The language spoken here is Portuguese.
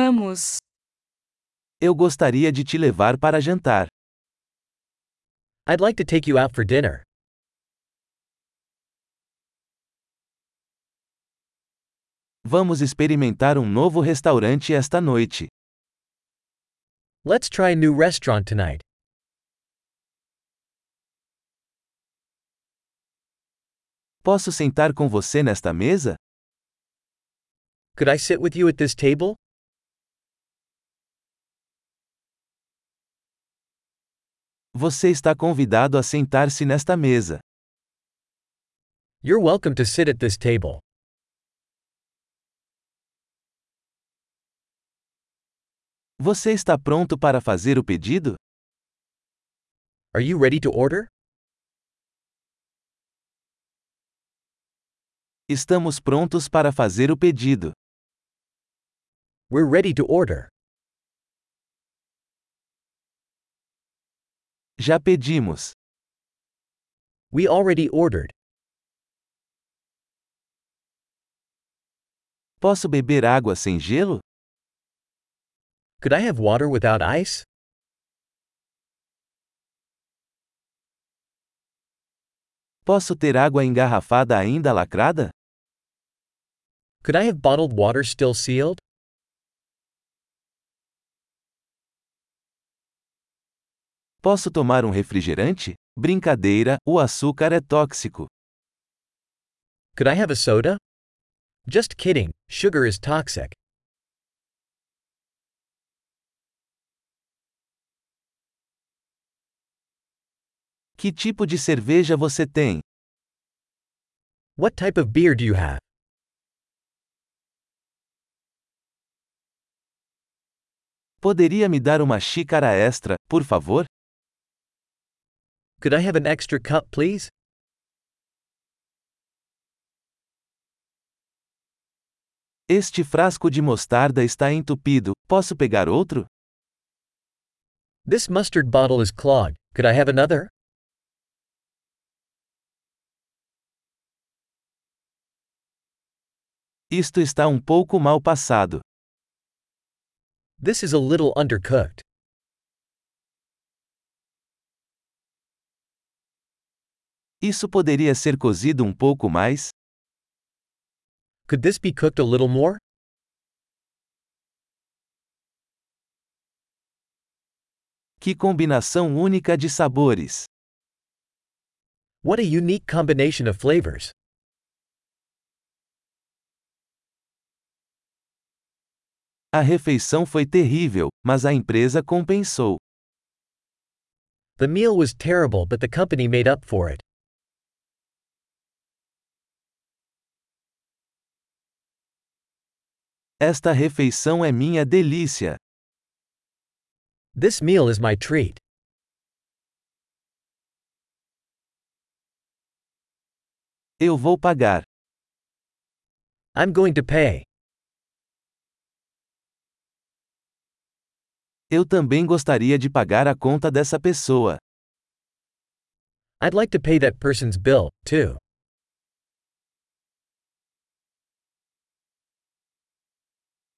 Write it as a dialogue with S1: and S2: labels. S1: Vamos.
S2: Eu gostaria de te levar para jantar.
S3: I'd like to take you out for dinner.
S2: Vamos experimentar um novo restaurante esta noite.
S3: Let's try a new restaurant tonight.
S2: Posso sentar com você nesta mesa?
S3: Could I sit with you at this table?
S2: Você está convidado a sentar-se nesta mesa.
S3: You're welcome to sit at this table.
S2: Você está pronto para fazer o pedido?
S3: Are you ready to order?
S2: Estamos prontos para fazer o pedido.
S3: We're ready to order.
S2: Já pedimos.
S3: We already ordered.
S2: Posso beber água sem gelo?
S3: Could I have water without ice?
S2: Posso ter água engarrafada ainda lacrada?
S3: Could I have bottled water still sealed?
S2: Posso tomar um refrigerante? Brincadeira, o açúcar é tóxico.
S3: Could I have a soda? Just kidding, sugar is toxic.
S2: Que tipo de cerveja você tem?
S3: What type of beer do you have?
S2: Poderia me dar uma xícara extra, por favor?
S3: Could I have an extra cup, please?
S2: Este frasco de mostarda está entupido. Posso pegar outro?
S3: This mustard bottle is clogged. Could I have another?
S2: Isto está um pouco mal passado.
S3: This is a little undercooked.
S2: Isso poderia ser cozido um pouco mais?
S3: Could this be cooked a little more?
S2: Que combinação única de sabores!
S3: What a unique combination of flavors.
S2: A refeição foi terrível, mas a empresa compensou.
S3: The meal was terrible, but the company made up for it.
S2: Esta refeição é minha delícia.
S3: This meal is my treat.
S2: Eu vou pagar.
S3: I'm going to pay.
S2: Eu também gostaria de pagar a conta dessa pessoa.
S3: I'd like to pay that person's bill, too.